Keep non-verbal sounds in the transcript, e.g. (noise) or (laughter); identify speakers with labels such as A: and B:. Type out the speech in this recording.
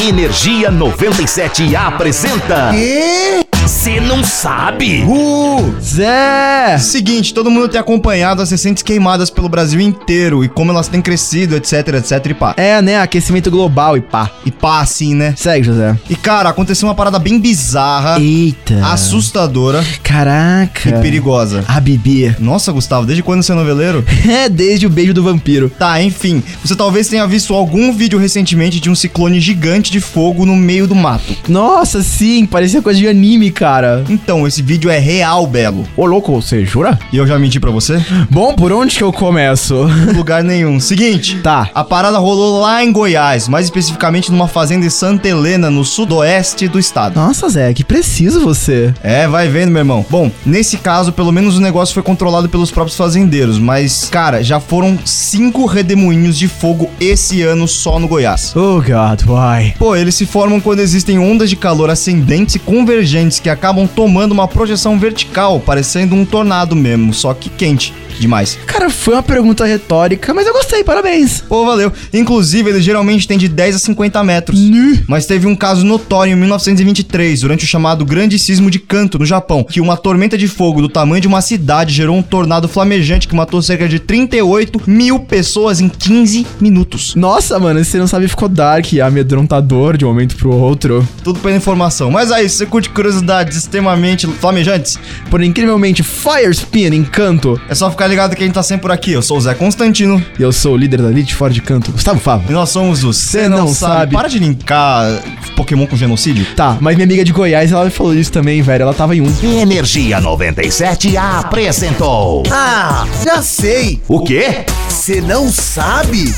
A: Energia 97 apresenta.
B: E...
A: Você não sabe?
B: Uh,
C: Zé!
B: seguinte, todo mundo tem acompanhado as recentes queimadas pelo Brasil inteiro e como elas têm crescido, etc, etc e pá.
C: É, né? Aquecimento global e pá.
B: E pá, assim, né?
C: Segue, José.
B: E cara, aconteceu uma parada bem bizarra,
C: Eita.
B: assustadora
C: Caraca.
B: e perigosa.
C: A Bibi.
B: Nossa, Gustavo, desde quando você é noveleiro?
C: (laughs) É, desde o beijo do vampiro.
B: Tá, enfim, você talvez tenha visto algum vídeo recentemente de um ciclone gigante de fogo no meio do mato.
C: Nossa, sim, parecia coisa de anime, cara.
B: Então, esse vídeo é real, Belo.
C: Ô, louco, você jura?
B: E eu já menti pra você?
C: Bom, por onde que eu começo?
B: Lugar nenhum. Seguinte.
C: Tá.
B: A parada rolou lá em Goiás, mais especificamente numa fazenda em Santa Helena, no sudoeste do estado.
C: Nossa, Zé, que preciso você.
B: É, vai vendo, meu irmão. Bom, nesse caso, pelo menos o negócio foi controlado pelos próprios fazendeiros, mas, cara, já foram cinco redemoinhos de fogo esse ano só no Goiás.
C: Oh, God, why?
B: Pô, eles se formam quando existem ondas de calor ascendentes e convergentes que acabam tomando uma projeção vertical, parecendo um tornado mesmo, só que quente demais.
C: Cara, foi uma pergunta retórica, mas eu gostei, parabéns.
B: Pô, valeu. Inclusive, eles geralmente têm de 10 a 50 metros.
C: Nu.
B: Mas teve um caso notório em 1923, durante o chamado Grande Sismo de Kanto, no Japão, que uma tormenta de fogo do tamanho de uma cidade gerou um tornado flamejante que matou cerca de 38 mil pessoas em 15 minutos.
C: Nossa, mano, esse não sabe ficou dark, amedrontador de um momento pro outro.
B: Tudo pela informação. Mas aí, se você curte curiosidades extremamente flamejantes,
C: Por incrivelmente Fire Spin Encanto.
B: é só ficar ligado que a gente tá sempre por aqui. Eu sou o Zé Constantino
C: E eu sou o líder da Elite Fora de Canto, Gustavo
B: e
C: Fava.
B: nós somos o Cê
C: Não Sabe.
B: Para de linkar Pokémon com genocídio.
C: Tá, mas minha amiga de Goiás, ela me falou isso também, velho. Ela tava em um.
A: Energia 97 apresentou.
D: Ah, já sei!
A: O quê?
D: Você não sabe?